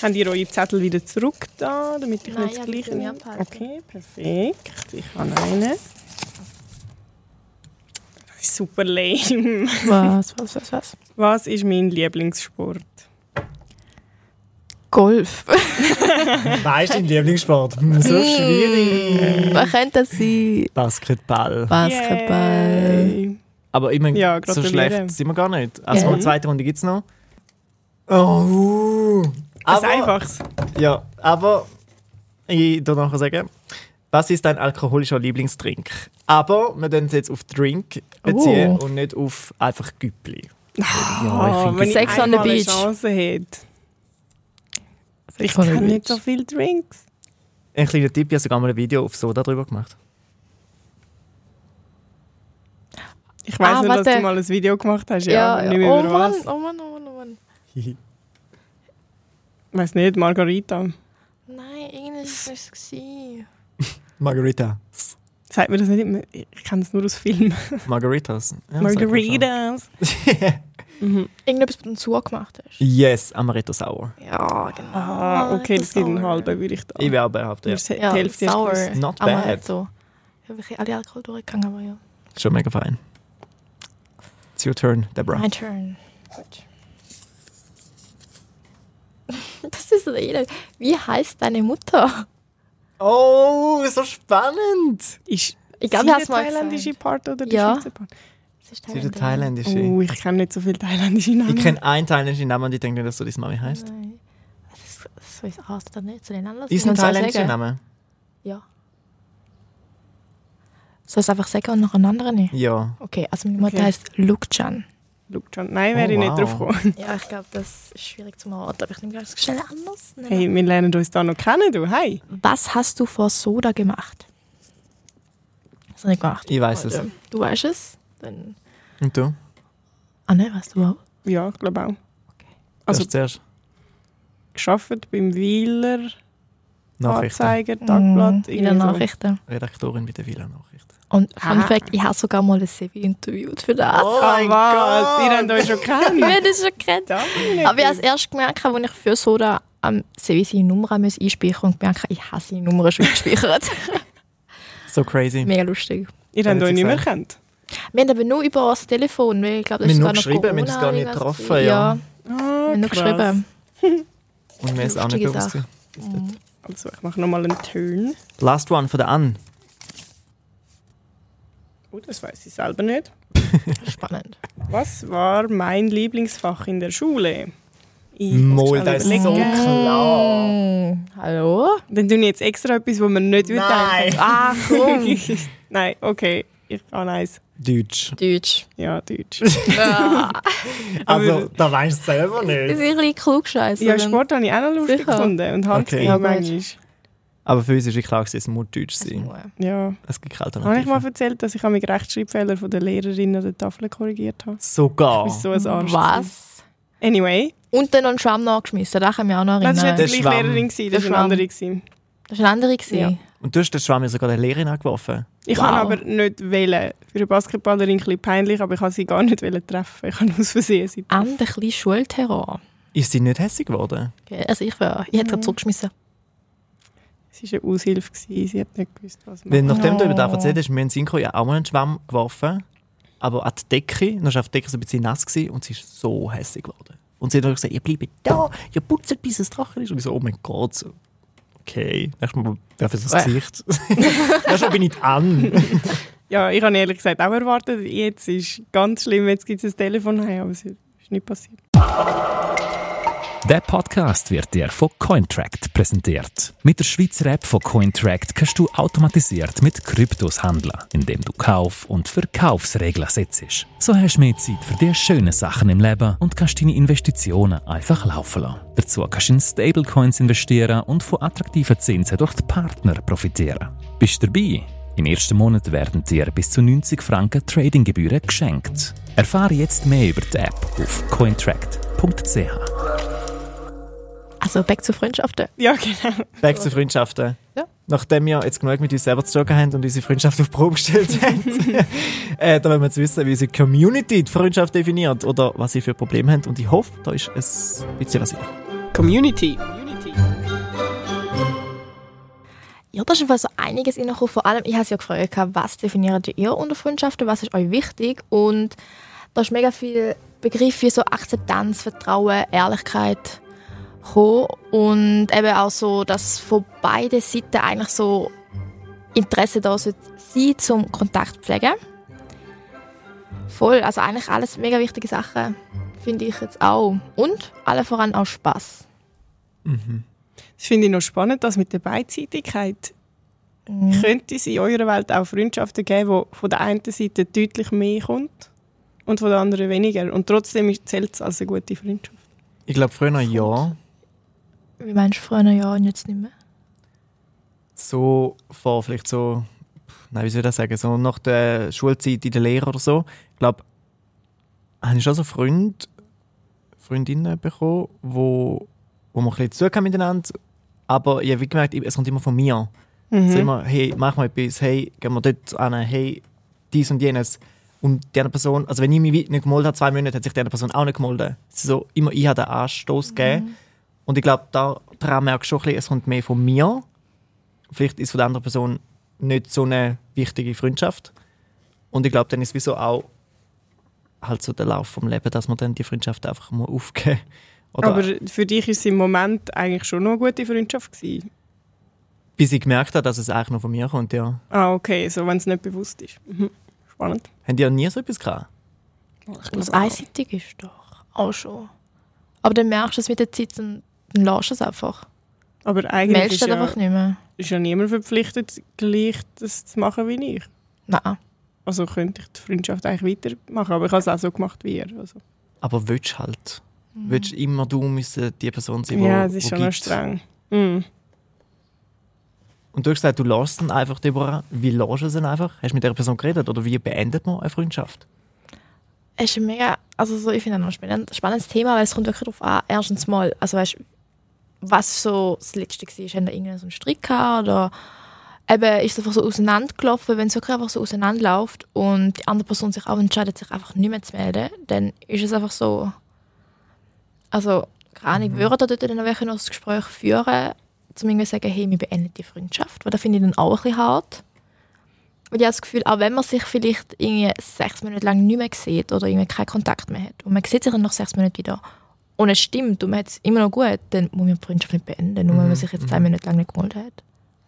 Speaker 3: Habt ihr eure Zettel wieder zurück da, damit ich
Speaker 2: Nein,
Speaker 3: nicht das
Speaker 2: ich
Speaker 3: gleiche
Speaker 2: habe die
Speaker 3: nehme?
Speaker 2: abgehalten.
Speaker 3: Okay, perfekt. Ich habe einen. Das ist Super lame.
Speaker 2: Was, was, was, was?
Speaker 3: Was ist mein Lieblingssport?
Speaker 2: <laughs> Golf.
Speaker 1: <laughs> Weißt du, dein <laughs> Lieblingssport? Hm, So schwierig.
Speaker 2: Was könnte das sein?
Speaker 1: Basketball.
Speaker 2: Basketball.
Speaker 3: Yay.
Speaker 1: Aber ich meine,
Speaker 3: Ja,
Speaker 1: so
Speaker 3: gratuliere.
Speaker 1: schlecht sind wir gar nicht. Also,
Speaker 2: Ja.
Speaker 1: eine zweite Runde gibt es noch. Oh,
Speaker 3: Das
Speaker 1: aber,
Speaker 3: Einfaches.
Speaker 1: Ja, aber ich darf nachher sagen, was ist dein alkoholischer Lieblingstrink? Aber wir tun es jetzt auf Drink beziehen
Speaker 2: Oh.
Speaker 1: und nicht auf einfach Güppli.
Speaker 3: Oh, wenn ich
Speaker 2: Sex on the
Speaker 3: einmal eine
Speaker 2: Beach.
Speaker 3: Chance hätte. Also, Ich
Speaker 2: Sex on the
Speaker 3: kann nicht
Speaker 2: Beach.
Speaker 3: so viel Drinks.
Speaker 1: Ein kleiner Tipp, ich habe sogar mal ein Video auf Soda darüber gemacht.
Speaker 3: Ich weiß
Speaker 2: Ah,
Speaker 3: nicht, dass
Speaker 2: warte.
Speaker 3: du mal ein Video gemacht hast. Ja,
Speaker 2: Ja,
Speaker 3: aber
Speaker 2: ja.
Speaker 3: nicht mehr
Speaker 2: Oh
Speaker 3: über
Speaker 2: Mann,
Speaker 3: was.
Speaker 2: oh Mann, oh Mann, oh Mann.
Speaker 3: Ich weiß nicht, Margarita.
Speaker 2: Nein, irgendwas war es. gewesen.
Speaker 1: Margarita.
Speaker 3: Sagt mir das nicht mehr. Ich kann es nur aus Filmen.
Speaker 1: Margaritas. Ja,
Speaker 3: Margaritas.
Speaker 1: sagt man
Speaker 2: Mhm. Irgendetwas, was du zugemacht hast.
Speaker 1: schon. <laughs> yes, Amaretto Sour.
Speaker 2: Ja, genau.
Speaker 3: Ah, okay, das gibt einen
Speaker 2: Sauer.
Speaker 3: halben, würde ich da.
Speaker 1: Ich wäre behaupten, ja.
Speaker 3: Mir se-
Speaker 2: Ja,
Speaker 3: die Hälfte hast du
Speaker 2: sauer.
Speaker 3: gewusst.
Speaker 1: Not
Speaker 2: Aber
Speaker 1: bad.
Speaker 2: halt so. Ich habe wirklich alle Alkohol durchgegangen, aber ja.
Speaker 1: Schon mega fein. It's your turn, Deborah.
Speaker 2: My turn. Gut. <laughs> Das ist rede. Wie heißt deine Mutter?
Speaker 1: Oh, so spannend!
Speaker 3: Ist
Speaker 2: Ich glaube,
Speaker 3: sie
Speaker 2: das hast du
Speaker 3: der
Speaker 2: mal
Speaker 3: thailändische
Speaker 2: gesagt.
Speaker 3: Part oder die
Speaker 2: Ja.
Speaker 3: Schweizer Part?
Speaker 2: Das ist
Speaker 1: Sie ist eine
Speaker 2: Thailänderin.
Speaker 1: thailändische.
Speaker 3: Oh, ich kenne nicht so viel thailändische Namen.
Speaker 1: Ich kenne einen thailändischen Namen und ich denke nicht, dass du deine Mami heißt.
Speaker 2: Nein. Das ist, das soll ich es aus oder nicht? Soll ich anders?
Speaker 1: Ist ein thailändischer Name?
Speaker 2: Ja. Soll ich es einfach sagen und noch einen anderen nehmen?
Speaker 1: Ja.
Speaker 2: Okay, also meine Mutter
Speaker 3: Okay.
Speaker 2: heißt Lukjan.
Speaker 3: Luke John. Nein, wäre
Speaker 1: Oh,
Speaker 3: ich nicht
Speaker 1: wow.
Speaker 3: drauf gekommen. <laughs>
Speaker 2: Ja, ich glaube, das ist schwierig zu erwarten, aber ich nehme ganz schnell anders.
Speaker 3: Hey, wir lernen uns da noch kennen, du. Hi.
Speaker 2: Was hast du vor Soda gemacht? Hast du nicht gemacht?
Speaker 1: Ich weiß es.
Speaker 2: Warte, Du weißt es? Dann.
Speaker 1: Und du?
Speaker 2: Ah ne, weißt du auch?
Speaker 3: Ja, ich glaube auch.
Speaker 1: Also
Speaker 3: Also-
Speaker 1: zuerst.
Speaker 3: Geschafft beim Wieler
Speaker 1: Nachrichten.
Speaker 3: Anzeiger, Tagblatt.
Speaker 2: Mhm. In den
Speaker 3: irgendwie so.
Speaker 2: Nachrichten.
Speaker 1: Redaktorin bei der Villa Nachrichten.
Speaker 2: Und Fun
Speaker 3: Ah.
Speaker 2: Fact, ich habe sogar mal ein Sevi interviewt für das.
Speaker 1: Oh
Speaker 2: <laughs>
Speaker 3: Oh
Speaker 1: mein
Speaker 3: mein was,
Speaker 1: Gott.
Speaker 3: ihr habt euch schon
Speaker 2: Ich <laughs>
Speaker 3: kennen.
Speaker 2: habe das schon kennt.
Speaker 3: Das hab ich nicht
Speaker 2: Aber ich habe es erst gemerkt, als ich für Soda am Sevi seine Nummer müssen einspeichern und gemerkt habe, ich habe seine Nummer schon
Speaker 1: <laughs>
Speaker 2: gespeichert.
Speaker 1: So crazy.
Speaker 2: Mega lustig.
Speaker 3: Ihr habt
Speaker 1: Hat
Speaker 3: euch
Speaker 1: sie
Speaker 3: nicht mehr
Speaker 1: gesagt.
Speaker 3: kennt.
Speaker 2: Wir haben aber nur über das Telefon, weil ich glaube, das
Speaker 1: Wir
Speaker 2: ist
Speaker 1: haben nur
Speaker 2: sogar noch
Speaker 1: geschrieben, wir haben
Speaker 2: Corona
Speaker 1: uns gar nicht
Speaker 2: irgendwas
Speaker 1: getroffen,
Speaker 2: gewesen.
Speaker 1: ja.
Speaker 2: wir haben nur
Speaker 3: Ah, krass.
Speaker 2: geschrieben.
Speaker 1: Und mir ist auch nicht
Speaker 2: Lustige
Speaker 1: bewusst.
Speaker 2: Sache.
Speaker 1: gewesen.
Speaker 3: Also, ich mache nochmal einen Turn.
Speaker 1: Last one von der Ann.
Speaker 3: Oh, das weiß ich selber nicht.
Speaker 2: Spannend.
Speaker 3: Was war mein Lieblingsfach in der Schule? Ich muss
Speaker 1: Mol,
Speaker 3: schnell
Speaker 1: das ist so
Speaker 3: überlegen.
Speaker 1: klar.
Speaker 2: Mm, <laughs> Hallo?
Speaker 3: Dann tun ich jetzt extra etwas, wo man nicht würde
Speaker 1: Nein.
Speaker 3: denken. Ah, komm. Nein, okay. Ich, ah, nice.
Speaker 1: Deutsch.
Speaker 2: <laughs> Deutsch.
Speaker 3: Ja, Deutsch.
Speaker 1: Also, da weißt du selber
Speaker 2: Das ist
Speaker 1: nicht.
Speaker 2: ein bisschen klugscheiße.
Speaker 3: ja, Sport habe ich auch noch lustig
Speaker 2: Sicher.
Speaker 3: gefunden. Und Hans
Speaker 1: Okay.
Speaker 3: okay.
Speaker 1: Ja,
Speaker 2: gut.
Speaker 3: manchmal.
Speaker 1: Aber für uns ist klar, gewesen, es muss Deutsch sein.
Speaker 3: Ja.
Speaker 1: Es gibt keine
Speaker 3: Habe ich mal
Speaker 1: Alternative.
Speaker 3: erzählt, dass ich auch mit Rechtschreibfehler von der Lehrerin an der Tafel korrigiert habe?
Speaker 1: Sogar.
Speaker 3: Bist so ein Arsch.
Speaker 2: Was?
Speaker 3: Anyway,
Speaker 2: Und dann noch einen Schwamm nachgeschmissen, da kann ich mich auch noch
Speaker 3: das war
Speaker 2: erinnern.
Speaker 3: nicht die
Speaker 1: Der
Speaker 3: gleiche
Speaker 1: Schwamm.
Speaker 3: Lehrerin, gewesen, das
Speaker 2: Der
Speaker 3: war eine
Speaker 2: Schwamm.
Speaker 3: andere. Gewesen.
Speaker 2: Das war eine andere. gewesen.
Speaker 3: Ja.
Speaker 1: Und du hast den Schwamm ja sogar der Lehrerin angeworfen.
Speaker 3: Ich
Speaker 2: Wow.
Speaker 3: kann aber nicht wählen. Für eine Basketballerin ein bisschen peinlich, aber ich kann sie gar nicht wollen treffen. Ich kann aus Versehen sein.
Speaker 2: Und ein bisschen Schulterror.
Speaker 1: Ist sie nicht hässlich geworden?
Speaker 2: Okay, Also ich, war, ich hätte
Speaker 3: Mhm.
Speaker 2: gerade zurückgeschmissen.
Speaker 3: Es war eine Aushilfe, gewesen. sie hat nicht gewusst, was
Speaker 1: Weil
Speaker 3: man
Speaker 1: nachdem du über
Speaker 2: Oh.
Speaker 1: das erzählt hast, wir haben Sinko ja auch mal einen Schwamm geworfen, aber an die Decke, dann war auf der Decke so ein bisschen nass gewesen, und sie ist so hässlich geworden. Und sie hat dann gesagt, ihr bleibt da, ihr putzt, bis es trocken ist. Und ich so, oh mein Gott, so, okay, erstmal darf ich so das
Speaker 2: Äh.
Speaker 1: Gesicht. <laughs> erstmal bin ich an.
Speaker 3: Ja, ich habe ehrlich gesagt auch erwartet, jetzt ist ganz schlimm, jetzt gibt es ein Telefon. Nein, aber es ist nicht passiert.
Speaker 5: Der Podcast wird dir von Cointract präsentiert. Mit der Schweizer App von Cointract kannst du automatisiert mit Kryptos handeln, indem du Kauf- und Verkaufsregeln setzt. So hast du mehr Zeit für die schönen Sachen im Leben und kannst deine Investitionen einfach laufen lassen. Dazu kannst du in Stablecoins investieren und von attraktiven Zinsen durch die Partner profitieren. Bist du dabei? Im ersten Monat werden dir bis zu 90 Franken Tradinggebühren geschenkt. Erfahre jetzt mehr über die App auf cointract.ch.
Speaker 2: Also back zu Freundschaften.
Speaker 3: Ja, <laughs> genau.
Speaker 1: Back zu Freundschaften.
Speaker 2: Ja.
Speaker 1: Nachdem wir jetzt genug mit uns selber zu tun haben und unsere Freundschaft auf die Probe gestellt haben,
Speaker 2: <laughs>
Speaker 1: äh, da wollen wir jetzt wissen, wie unsere Community die Freundschaft definiert oder was sie für Probleme haben. Und ich hoffe, da ist ein bisschen was über.
Speaker 3: Community.
Speaker 2: Ja, da ist einfach so einiges reingekommen. Vor allem, ich habe sie ja gefragt, gehabt, was definiert ihr unter Freundschaften, was ist euch wichtig? Und da ist mega viel Begriff wie so Akzeptanz, Vertrauen, Ehrlichkeit gekommen. Und eben auch so, dass von beiden Seiten eigentlich so Interesse da sollte sein zum Kontakt zu pflegen. Voll, also eigentlich alles mega wichtige Sachen, finde ich jetzt auch. Und alle voran auch Spaß.
Speaker 3: Das finde ich noch spannend, dass mit der Beidseitigkeit
Speaker 2: Mhm.
Speaker 3: könnte es in eurer Welt auch Freundschaften geben, wo von der einen Seite deutlich mehr kommt und von der anderen weniger. Und trotzdem ist- zählt es als eine gute Freundschaft.
Speaker 1: Ich glaube, früher ja.
Speaker 2: Wie meinst du früher ja und jetzt nicht mehr?
Speaker 1: so vor vielleicht so, pff, nein, wie soll ich das sagen, so nach der Schulzeit in der Lehre oder so, ich glaube, habe ich schon so Freund, Freundinnen bekommen, wo, wo wir ein bisschen zu tun haben miteinander, aber ich habe wie gemerkt, es kommt immer von mir. So immer, hey, mach mal etwas, hey, gehen wir dort an, hey, dies und jenes. Und die andere Person, also wenn ich mich wie nicht gemolden habe, zwei Monate, hat sich die andere Person auch nicht gemolden. Es ist So, immer ich habe den Anstoß gegeben. Und ich glaube, da daran merke ich schon ein bisschen, es kommt mehr von mir vielleicht ist von der anderen Person nicht so eine wichtige Freundschaft. Und ich glaube, dann ist wieso auch halt so der Lauf vom Leben, dass man dann die Freundschaft einfach mal aufgeben Oder
Speaker 3: Aber für dich ist es im Moment eigentlich schon noch eine gute Freundschaft gewesen.
Speaker 1: bis ich gemerkt habe, dass es eigentlich nur von mir kommt, ja.
Speaker 3: Ah, okay, so wenn es nicht bewusst ist. Mhm. Spannend.
Speaker 1: Haben die ja nie so etwas gehabt?
Speaker 2: Das
Speaker 3: Genau.
Speaker 2: einseitig ist doch auch schon. Aber dann merkst du es mit der Zeit, dann, dann lässt du es einfach.
Speaker 3: Aber eigentlich
Speaker 2: Meldest
Speaker 3: genau, ist
Speaker 2: du es
Speaker 3: ja,
Speaker 2: einfach nicht mehr.
Speaker 3: ist ja niemand verpflichtet, gleich das zu machen wie ich.
Speaker 2: Nein.
Speaker 3: Also könnte ich die Freundschaft eigentlich weitermachen, aber ich habe es auch so gemacht wie ihr. Also.
Speaker 1: Aber willst halt. Willst immer du müssen die Person sein, die
Speaker 3: Mhm. ja, das ist
Speaker 1: wo
Speaker 3: schon noch
Speaker 1: gibt.
Speaker 3: streng. Mhm.
Speaker 1: Und du hast gesagt, du lässt ihn einfach, Deborah. Wie lässt du es einfach? Hast du mit der Person geredet? Oder wie beendet man eine Freundschaft?
Speaker 2: Es ist ein mega, also so, ich finde das noch spannend, spannendes Thema, weil es kommt wirklich darauf an, erstens mal, also weißt du, was so das Letzte war, haben da irgendeinen so einen Strick gehabt oder eben ist es einfach so auseinandergelaufen, wenn es wirklich einfach so auseinanderläuft und die andere Person sich auch entscheidet, sich einfach nicht mehr zu melden, dann ist es einfach so, also keine Ahnung, würde dort dann welche noch das Gespräch führen, zum irgendwie sagen, hey, wir beenden die Freundschaft, weil das finde ich dann auch ein bisschen hart. Und ich habe das Gefühl, auch wenn man sich vielleicht irgendwie sechs Monate lang nicht mehr sieht oder irgendwie keinen Kontakt mehr hat und man sieht sich dann nach sechs Monaten wieder und es stimmt und man hat es immer noch gut, dann muss man die Freundschaft nicht beenden, nur weil man sich jetzt zwei Monate lang nicht gemeldet hat.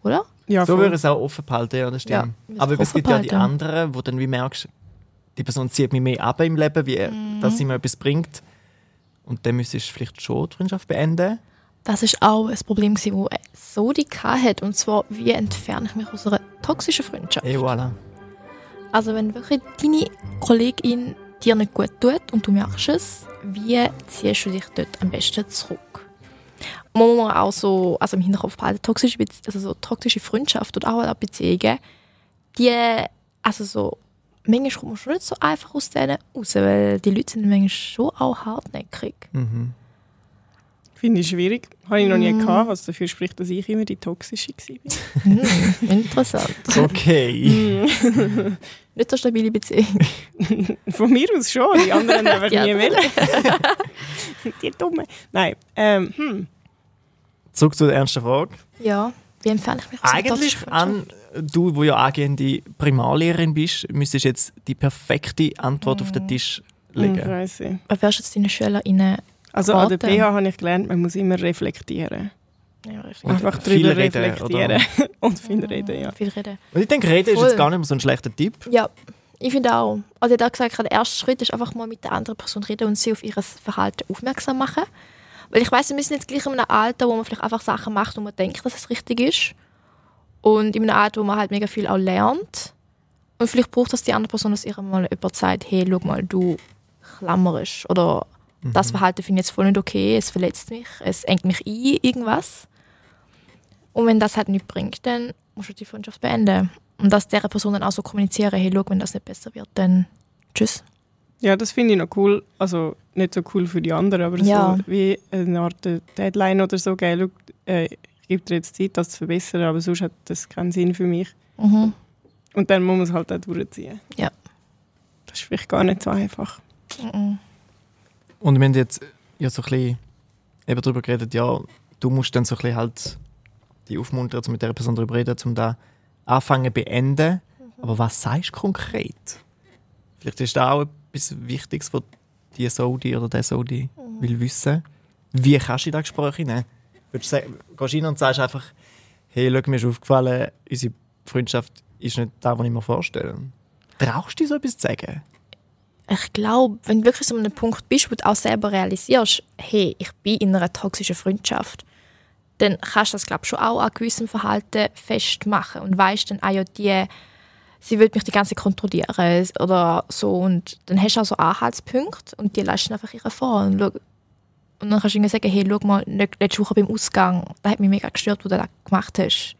Speaker 2: Oder?
Speaker 3: Ja,
Speaker 1: So
Speaker 3: voll.
Speaker 1: würde ich es auch offen behalten, ja, das stimmt.
Speaker 2: Ja,
Speaker 1: Aber es
Speaker 2: offen
Speaker 1: gibt ja die
Speaker 2: behalten.
Speaker 1: anderen, wo dann wie merkst, die Person zieht mich mehr ab im Leben, wie,
Speaker 3: Mhm.
Speaker 1: dass sie mir etwas bringt. Und dann müsstest du vielleicht schon die Freundschaft beenden.
Speaker 2: Das ist auch ein Problem, gewesen, wo Sodi hat und zwar, wie entferne ich mich aus einer toxischen Freundschaft?
Speaker 1: Et voilà.
Speaker 2: Also wenn wirklich deine Kollegin dir nicht gut tut und du merkst es, wie ziehst du dich dort am besten zurück? Man muss auch so, also im Hinterkopf behalten, toxische, Bezie also so toxische Freundschaft oder auch eine Beziehungen, die, also so, manchmal kommt man schon nicht so einfach aus denen raus, weil die Leute sind manchmal schon auch hartnäckig.
Speaker 1: <laughs> Mhm.
Speaker 3: <laughs> Finde ich schwierig. Habe ich noch
Speaker 1: Mm.
Speaker 3: nie gehabt, was dafür spricht, dass ich immer die Toxische war.
Speaker 2: Hm, interessant.
Speaker 1: Okay.
Speaker 3: Mhm.
Speaker 2: Nicht so stabile Beziehung.
Speaker 3: <laughs> Von mir aus schon,
Speaker 1: <laughs>
Speaker 3: die anderen haben aber
Speaker 2: Die
Speaker 3: nie
Speaker 2: anderen.
Speaker 3: wollen. die Dummen. Nein, ähm, hm.
Speaker 1: Zurück zu der ernsten Frage.
Speaker 2: Ja, wie entferne ich mich aus einer toxischen
Speaker 1: Eigentlich,
Speaker 2: Freundschaft?
Speaker 1: an du, wo ja angehende Primarlehrerin bist, müsstest jetzt die perfekte Antwort auf den Tisch
Speaker 3: hm
Speaker 1: legen.
Speaker 3: scheisse.
Speaker 2: Was wärst du jetzt deinen SchülerInnen
Speaker 3: Also an der
Speaker 2: Raten?
Speaker 3: PH habe ich gelernt, man muss immer reflektieren.
Speaker 2: Ja, richtig.
Speaker 1: Und
Speaker 3: Einfach
Speaker 1: viel
Speaker 3: drüber
Speaker 1: reden,
Speaker 3: reflektieren. <laughs> Und viel reden, ja.
Speaker 2: Viel reden.
Speaker 1: Und ich denke, reden ist
Speaker 2: Voll.
Speaker 1: jetzt gar nicht mehr so ein schlechter Tipp.
Speaker 2: Ja, ich finde auch. Also ich habe auch gesagt, der erste Schritt ist einfach mal mit der anderen Person reden und sie auf ihr Verhalten aufmerksam machen. Weil ich weiß, wir sind jetzt gleich in einem Alter, wo man vielleicht einfach Sachen macht, wo man denkt, dass es richtig ist. Und in einem Alter, wo man halt mega viel auch lernt. Und vielleicht braucht das die andere Person, dass ihr mal jemand sagt, hey, schau mal, du klammerst. Oder das Verhalten finde ich jetzt voll nicht okay, es verletzt mich, es engt mich ein, irgendwas. Und wenn das halt nicht bringt, dann musst du die Freundschaft beenden. Und dass der Person dann auch so kommunizieren, hey, schau, wenn das nicht besser wird, dann tschüss.
Speaker 3: Ja, das finde ich noch cool. Also nicht so cool für die anderen, aber
Speaker 2: Ja.
Speaker 3: so wie eine Art äh, Deadline oder so. Okay, schau, äh, ich gebe dir jetzt Zeit, das zu verbessern, aber sonst hat das keinen Sinn für mich.
Speaker 2: Mhm.
Speaker 3: Und dann muss man es halt auch durchziehen.
Speaker 2: Ja.
Speaker 3: Das ist vielleicht gar nicht so einfach.
Speaker 2: Mhm.
Speaker 1: Und wir haben jetzt ja so ein bisschen eben darüber geredet, ja, du musst dann so ein bisschen halt die aufmuntern, um mit dieser Person darüber reden, um da anfangen beenden. Aber was sagst du konkret? Vielleicht ist da auch etwas Wichtiges, was die Saudi oder der Saudi will wissen. Wie kannst du in das Gespräch hinein? Würdest du sagen, gehst du hin und sagst einfach, hey, schau, mir ist aufgefallen, unsere Freundschaft ist nicht da, was ich mir vorstelle. Traust du dir so etwas zu sagen?
Speaker 2: Ich glaube, wenn du wirklich so an einem Punkt bist, wo du auch selber realisierst, hey, ich bin in einer toxischen Freundschaft, dann kannst du das, glaube ich, schon auch an gewissem Verhalten festmachen und weißt dann, ah ja, die, sie will mich die ganze Zeit kontrollieren oder so und dann hast du auch so Anhaltspunkte und die lässt du einfach ihre vor und, schau, und dann kannst du ihnen sagen, hey, schau mal, nicht- letzte Woche beim Ausgang, da hat mich mega gestört, wo du das gemacht hast.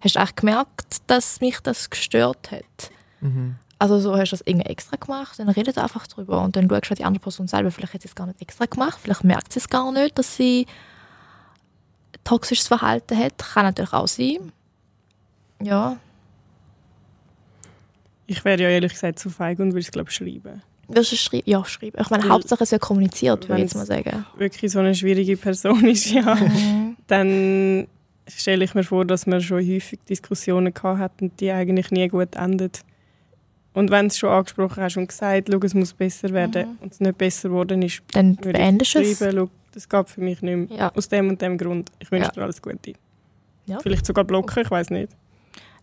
Speaker 2: Hast du echt gemerkt, dass mich das gestört hat? Also so hast du das irgendwie extra gemacht, dann redet einfach drüber und dann schaust du halt die andere Person selber, vielleicht hat sie es gar nicht extra gemacht, vielleicht merkt sie es gar nicht, dass sie toxisches Verhalten hat, kann natürlich auch sein. Ja,
Speaker 3: Ich wäre ja ehrlich gesagt zu feig und würde es, glaube ich, schreiben.
Speaker 2: wirst du schreiben? Ja, schreiben. Ich meine,
Speaker 3: Weil-
Speaker 2: Hauptsache es wird kommuniziert, würde ich
Speaker 3: Äh,
Speaker 2: jetzt
Speaker 3: Wenn's-
Speaker 2: mal
Speaker 3: <laughs>
Speaker 2: sagen. Mhm.
Speaker 3: Wirklich so eine schwierige Person <laughs> ist, ja. dann stelle ich mir vor, dass wir schon häufig Diskussionen gehabt hatten, die eigentlich nie gut enden. Und wenn du es schon angesprochen hast und gesagt, schau, es muss besser werden
Speaker 2: Mhm.
Speaker 3: und es nicht besser geworden ist,
Speaker 2: Dann
Speaker 3: würde
Speaker 2: beendest du
Speaker 3: ich
Speaker 2: es.
Speaker 3: schreiben, schau, das gab für mich nicht mehr.
Speaker 2: Ja.
Speaker 3: Aus dem und dem Grund. Ich wünsche
Speaker 2: Ja.
Speaker 3: dir alles Gute.
Speaker 2: Ja.
Speaker 3: Vielleicht sogar blocken, ich weiß nicht.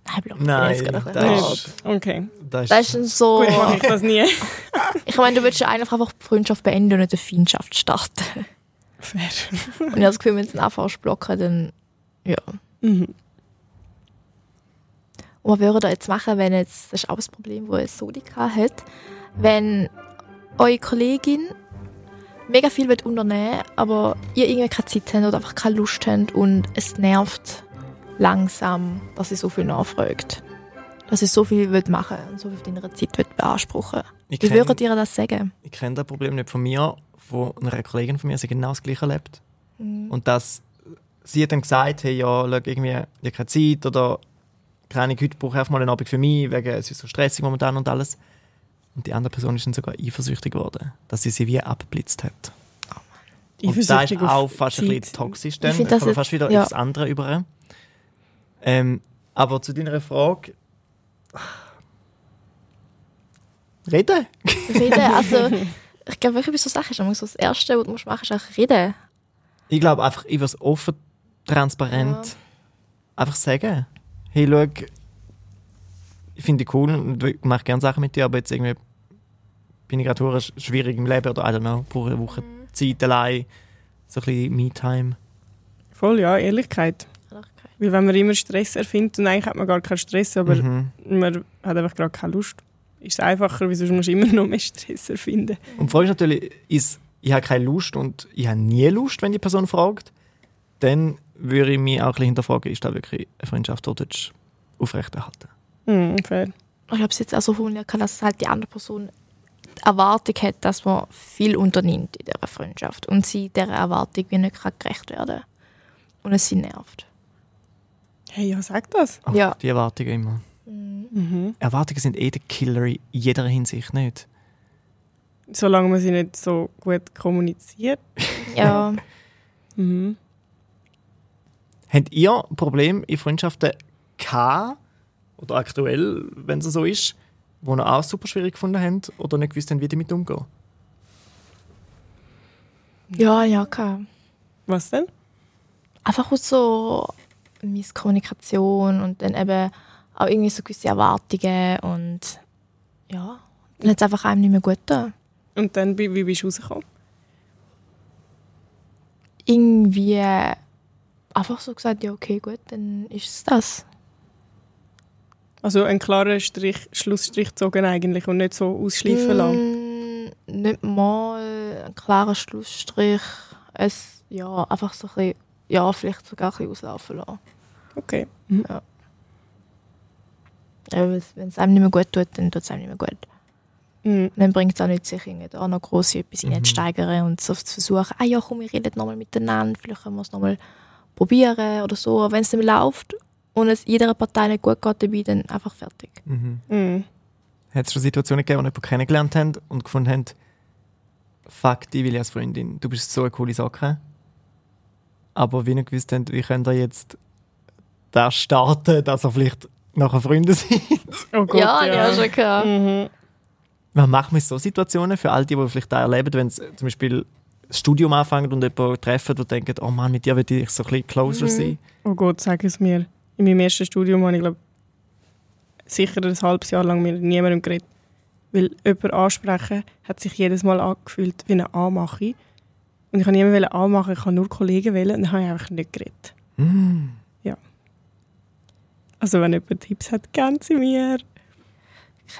Speaker 2: Nein, block,
Speaker 1: Nein,
Speaker 2: das geht doch nicht.
Speaker 1: das ist-
Speaker 3: Okay,
Speaker 2: Das ist dann so...
Speaker 3: gut, mache ich
Speaker 2: <laughs>
Speaker 3: das nie.
Speaker 2: Ich meine, du willst ja eigentlich einfach die Freundschaft beenden und nicht eine Feindschaft starten. <laughs>
Speaker 3: Fair.
Speaker 2: Und ich habe das Gefühl, wenn du es anfängst zu blocken, dann... Ja.
Speaker 3: Mhm.
Speaker 2: Und was würde ihr jetzt machen, wenn jetzt, das ist auch ein Problem, das Sodi hat, wenn eure Kollegin mega viel will unternehmen will, aber ihr irgendwie keine Zeit habt oder einfach keine Lust habt und es nervt langsam, dass sie so viel nachfragt. Dass sie so viel will machen und so viel von deiner Zeit will beanspruchen
Speaker 1: Ich
Speaker 2: Wie
Speaker 1: kenn-
Speaker 2: würdet ihr das sagen?
Speaker 1: ich kenne das Problem nicht von mir, von einer Kollegin von mir, sie genau das gleiche erlebt.
Speaker 2: Mhm.
Speaker 1: Und dass sie hat dann gesagt, hey, ja, schau, irgendwie, ich habe keine Zeit oder keine Ahnung, heute brauche ich einfach mal einen Abend für mich, wegen es ist so stressig momentan und alles. Und die andere Person ist dann sogar eifersüchtig geworden, dass sie sie wie abgeblitzt hat. Und da ist
Speaker 3: Eifersüchtig auf
Speaker 1: auch fast ein bisschen
Speaker 3: Zeit.
Speaker 1: toxisch dann.
Speaker 2: Ich
Speaker 1: Ich finde
Speaker 2: find das
Speaker 1: das
Speaker 2: jetzt-
Speaker 1: fast wieder
Speaker 2: ja.
Speaker 1: aufs andere über. Ähm, aber zu deiner Frage. Reden?
Speaker 2: Reden, also
Speaker 1: <laughs>
Speaker 2: ich glaube wirklich bei so Sachen ist manchmal so das Erste, was du machen musst, ist einfach reden.
Speaker 1: Ich glaube einfach, ich was offen, transparent einfach sagen. Hey, schau, ich finde dich cool und ich mache gerne Sachen mit dir, aber jetzt irgendwie bin ich gerade hure schwierig im Leben oder I don't know, brauche eine Woche Zeit allein. So ein bisschen Me-Time.
Speaker 3: Voll, ja, Ehrlichkeit. Weil wenn man immer Stress erfindet, und eigentlich hat man gar keinen Stress, aber
Speaker 1: Mhm.
Speaker 3: man hat einfach gerade keine Lust. Ist es einfacher, weil sonst musst du immer noch mehr Stress erfinden.
Speaker 1: Und die Frage ist natürlich, ist, ich habe keine Lust und ich habe nie Lust, wenn die Person fragt, dann würde ich mich auch ein bisschen hinterfragen, ist da wirklich eine Freundschaft oder ist aufrechterhalten?
Speaker 3: Hm, fair.
Speaker 2: ich habe es jetzt auch so formulieren kann, dass halt die andere Person die Erwartung hat, dass man viel unternimmt in dieser Freundschaft und sie dieser Erwartung wie nicht kann gerecht werden und es sie nervt.
Speaker 3: Hey, ja, sag das.
Speaker 1: Ach,
Speaker 2: Ja.
Speaker 1: Die Erwartungen immer. Erwartungen sind eh der Killer in jeder Hinsicht, nicht?
Speaker 3: Solange man sie nicht so gut kommuniziert.
Speaker 2: Ja,
Speaker 3: Mhm.
Speaker 1: Habt ihr Probleme in Freundschaften gehabt, oder aktuell, wenn es so ist, wo ihr auch super schwierig gefunden habt oder nicht gewusst habt, wie damit umgehen?
Speaker 2: ja, ja, klar.
Speaker 3: Was denn?
Speaker 2: Einfach aus so Misskommunikation und dann eben auch irgendwie so gewisse Erwartungen und ja, dann hat es einfach einem nicht mehr gut getan.
Speaker 3: Und dann, bi- wie bist du rausgekommen?
Speaker 2: irgendwie einfach so gesagt, ja, okay, gut, dann ist es das.
Speaker 3: Also ein klarer Strich, Schlussstrich gezogen eigentlich und nicht so ausschleifen lassen.
Speaker 2: Mm, Nicht mal ein klarer Schlussstrich. Es, ja, einfach so ein bisschen, ja, vielleicht sogar ein bisschen auslaufen lassen.
Speaker 3: Okay.
Speaker 2: Ja, weil es- Wenn es einem nicht mehr gut tut, dann tut es einem nicht mehr gut.
Speaker 3: Mhm.
Speaker 2: Und dann bringt es auch nicht, sich irgendwie da noch gross in etwas hineinzusteigern und so zu versuchen, ah ja, komm, wir reden nochmal miteinander, vielleicht können wir es nochmal probieren oder so. Aber wenn es dann läuft und es jeder Partei nicht gut geht dabei, dann einfach fertig.
Speaker 3: Mhm.
Speaker 1: Hat es schon Situationen gegeben, wo jemanden kennengelernt haben und gefunden haben, fuck dich, will ich als Freundin, du bist so eine coole Socke. Aber wie nicht gewusst haben, wie könnt ihr jetzt das starten, dass ihr vielleicht nachher Freunde <laughs> sind.
Speaker 3: Oh Gott,
Speaker 2: ja, also ja, schon klar.
Speaker 3: Mhm.
Speaker 1: Was macht man in so Situationen für all die, die vielleicht da erleben, wenn es zum Beispiel das Studium anfängt und jemanden treffen, der denkt, oh Mann, mit dir würde ich so ein bisschen closer
Speaker 2: Mhm.
Speaker 1: sein.
Speaker 3: Oh Gott, sag es mir. In meinem ersten Studium habe ich, glaube sicher ein halbes Jahr lang mit niemandem geredet. Weil jemand ansprechen hat sich jedes Mal angefühlt wie eine Anmache. Und ich kann niemanden anmachen, ich kann nur Kollegen wählen und dann habe ich einfach nicht geredet. Ja. Also wenn jemand Tipps hat, gern sie mir.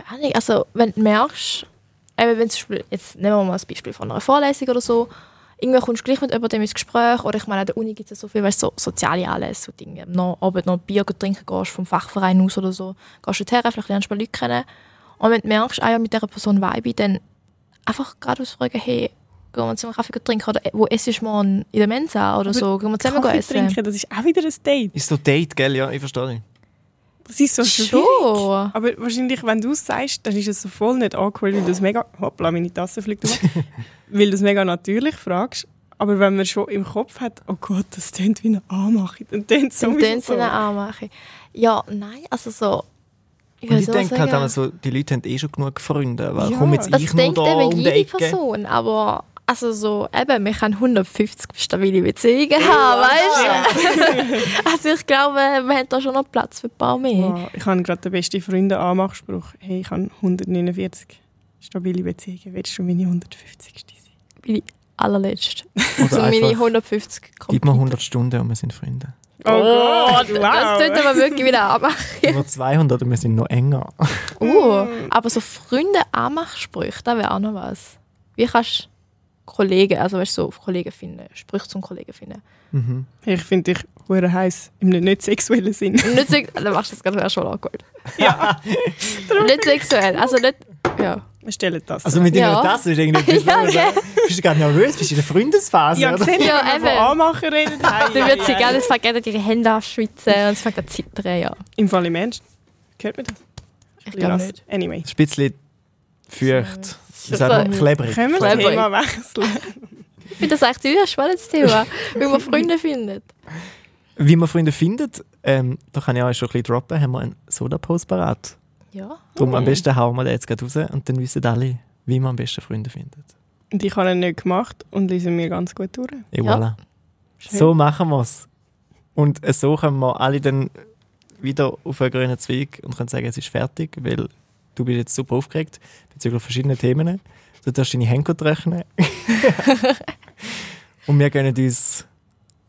Speaker 2: Keine Ahnung, also wenn du merkst, eben wenn zum Beispiel, jetzt nehmen wir mal das Beispiel von einer Vorlesung oder so, irgendwann kommst du gleich mit jemandem ins Gespräch oder ich meine, an der Uni gibt es ja so viel, weißt du, so soziale Anlässe, wo du irgendwie am Nach- Abend noch Bier trinken gehst, vom Fachverein aus oder so, gehst du her, vielleicht lernst du ein paar Leute kennen und wenn du merkst, ah ja, mit dieser Person vibe ich, dann einfach geradeaus fragen, hey, gehen wir zusammen Kaffee trinken oder wo isst morgen in der Mensa oder so, gehen wir zusammen
Speaker 3: Kaffee
Speaker 2: essen.
Speaker 3: trinken, das ist auch wieder ein Date.
Speaker 1: Ist so Date, gell? Ja, ich verstehe dich.
Speaker 3: Das ist so schwierig.
Speaker 2: Schon.
Speaker 3: Aber wahrscheinlich, wenn du es sagst, dann ist es so voll nicht awkward, weil du es mega... Hoppla, meine Tasse
Speaker 1: <laughs>
Speaker 3: fliegt rum. weil du es mega natürlich fragst. Aber wenn man schon im Kopf hat, oh Gott, das tönt wie eine Anmache, dann tönt es
Speaker 2: Zum
Speaker 3: sowieso
Speaker 2: Dönen
Speaker 3: so.
Speaker 2: anmachen. Ja, nein, also so.
Speaker 1: Und ich
Speaker 2: weiss nicht, was
Speaker 1: denke halt
Speaker 2: sagen.
Speaker 1: auch so, die Leute haben eh schon genug Freunde, weil
Speaker 3: Ja.
Speaker 1: komm jetzt
Speaker 2: Das
Speaker 1: ich nur
Speaker 2: denkt
Speaker 1: da
Speaker 2: eben
Speaker 1: um die
Speaker 2: jede
Speaker 1: Ecke.
Speaker 2: Person, aber also so, eben, wir können 150 stabile Beziehungen haben, weißt du? <laughs> also ich glaube, wir haben da schon noch Platz für ein paar mehr.
Speaker 3: Oh, ich habe gerade den besten Freunde Anmachspruch. Hey, ich habe 149 stabile Beziehungen. Willst du meine 150. sein?
Speaker 2: Bin ich allerletzt.
Speaker 1: Oder
Speaker 2: Also meine
Speaker 1: einfach,
Speaker 2: 150
Speaker 1: gib mir 100 Stunden und wir sind
Speaker 2: <laughs>
Speaker 1: Freunde.
Speaker 3: Oh, Gott, wow.
Speaker 2: Das tut aber wirklich wieder
Speaker 1: <laughs>
Speaker 2: anmachen.
Speaker 1: Gib mir 200 und wir sind noch enger.
Speaker 2: Uh,
Speaker 1: Mm.
Speaker 2: aber so Freunde anmachsprüche, da wäre auch noch was. Wie kannst du Kollegen, also weißt du, so auf Kollegen finden, Sprüche zum Kollegen finden.
Speaker 3: Hey, ich finde dich hure heiß im nicht sexuellen Sinn.
Speaker 2: Nicht sex- <laughs> dann machst du das gerade schon awkward. <laughs> Ja. nicht sexuell, also nicht, ja.
Speaker 3: Wir stellen das.
Speaker 1: Also mit
Speaker 2: <laughs> Ja.
Speaker 1: irgendeiner Tasse ist irgendwie etwas los, oder? Bist du gerade nervös? Bist du in der Freundesphase?
Speaker 3: ja,
Speaker 1: oder?
Speaker 3: gesehen,
Speaker 2: Ja,
Speaker 3: wenn wir
Speaker 2: eben.
Speaker 3: von Anmachen reden.
Speaker 2: <laughs>
Speaker 3: Dann
Speaker 2: Dann wird sie gerne, es fängt gerne die Hände anschwitzen und es fängt an zu zittern, ja.
Speaker 3: Im Falle Mensch. Hört man das?
Speaker 2: Ich glaube
Speaker 3: Lass-
Speaker 2: nicht.
Speaker 3: Anyway.
Speaker 1: Ein bisschen feucht.
Speaker 2: So-
Speaker 1: Das ist einfach klebrig.
Speaker 3: Können wir das
Speaker 2: Clever.
Speaker 3: Thema wechseln?
Speaker 2: Ich finde das echt ein spannendes Thema, weil man Freunde findet.
Speaker 1: Wie man Freunde findet, ähm, da kann ich auch schon ein bisschen droppen, haben wir einen Soda-Post parat.
Speaker 2: Ja.
Speaker 1: Darum am besten hauen wir den jetzt gerade raus und dann wissen alle, wie man am besten Freunde findet.
Speaker 3: Und ich habe ihn nicht gemacht und lese mir ganz gut durch.
Speaker 1: Et
Speaker 2: Ja.
Speaker 1: voilà. So machen wir es. Und äh, so können wir alle dann wieder auf einen grünen Zweig und können sagen, es ist fertig, weil du bist jetzt super aufgeregt bezüglich verschiedener Themen. Du darfst deine Hände rechnen. und wir gönnen uns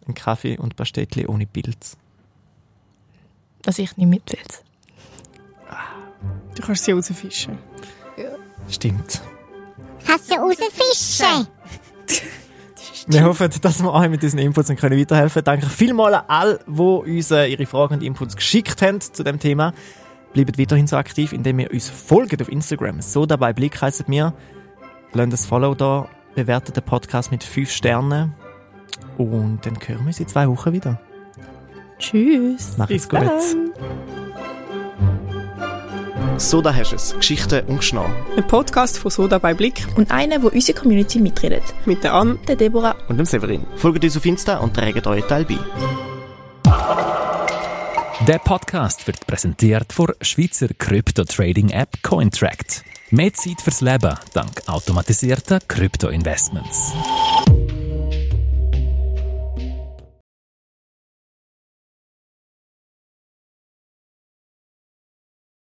Speaker 1: einen Kaffee und ein paar Städtchen ohne Pilz.
Speaker 2: Dass ich nicht mit will.
Speaker 3: Du kannst sie rausfischen.
Speaker 1: Stimmt.
Speaker 6: Kannst du rausfischen?
Speaker 1: Wir hoffen, dass wir euch mit unseren Inputs und können weiterhelfen. Danke vielmals an alle, die uns äh, ihre Fragen und Inputs geschickt haben zu dem Thema. Bleibt weiterhin so aktiv, indem ihr uns folgt auf Instagram. So dabei Blick heisst mir. Lasst das Follow da, bewertet den Podcast mit 5 Sternen. Und dann hören wir uns in zwei Wochen wieder.
Speaker 2: Tschüss.
Speaker 1: Macht's gut. So, da hast du es. Geschichten und Geschnau.
Speaker 3: Ein Podcast von Soda bei Blick
Speaker 4: Und einer, wo unsere Community mitredet.
Speaker 3: mit der Anne
Speaker 4: Der Deborah
Speaker 1: Und dem Severin. Folgt uns auf Insta und trägt euren Teil bei.
Speaker 5: Der Podcast wird präsentiert von Schweizer Krypto-Trading-App Cointract. Mehr Zeit fürs Leben dank automatisierter Krypto-Investments.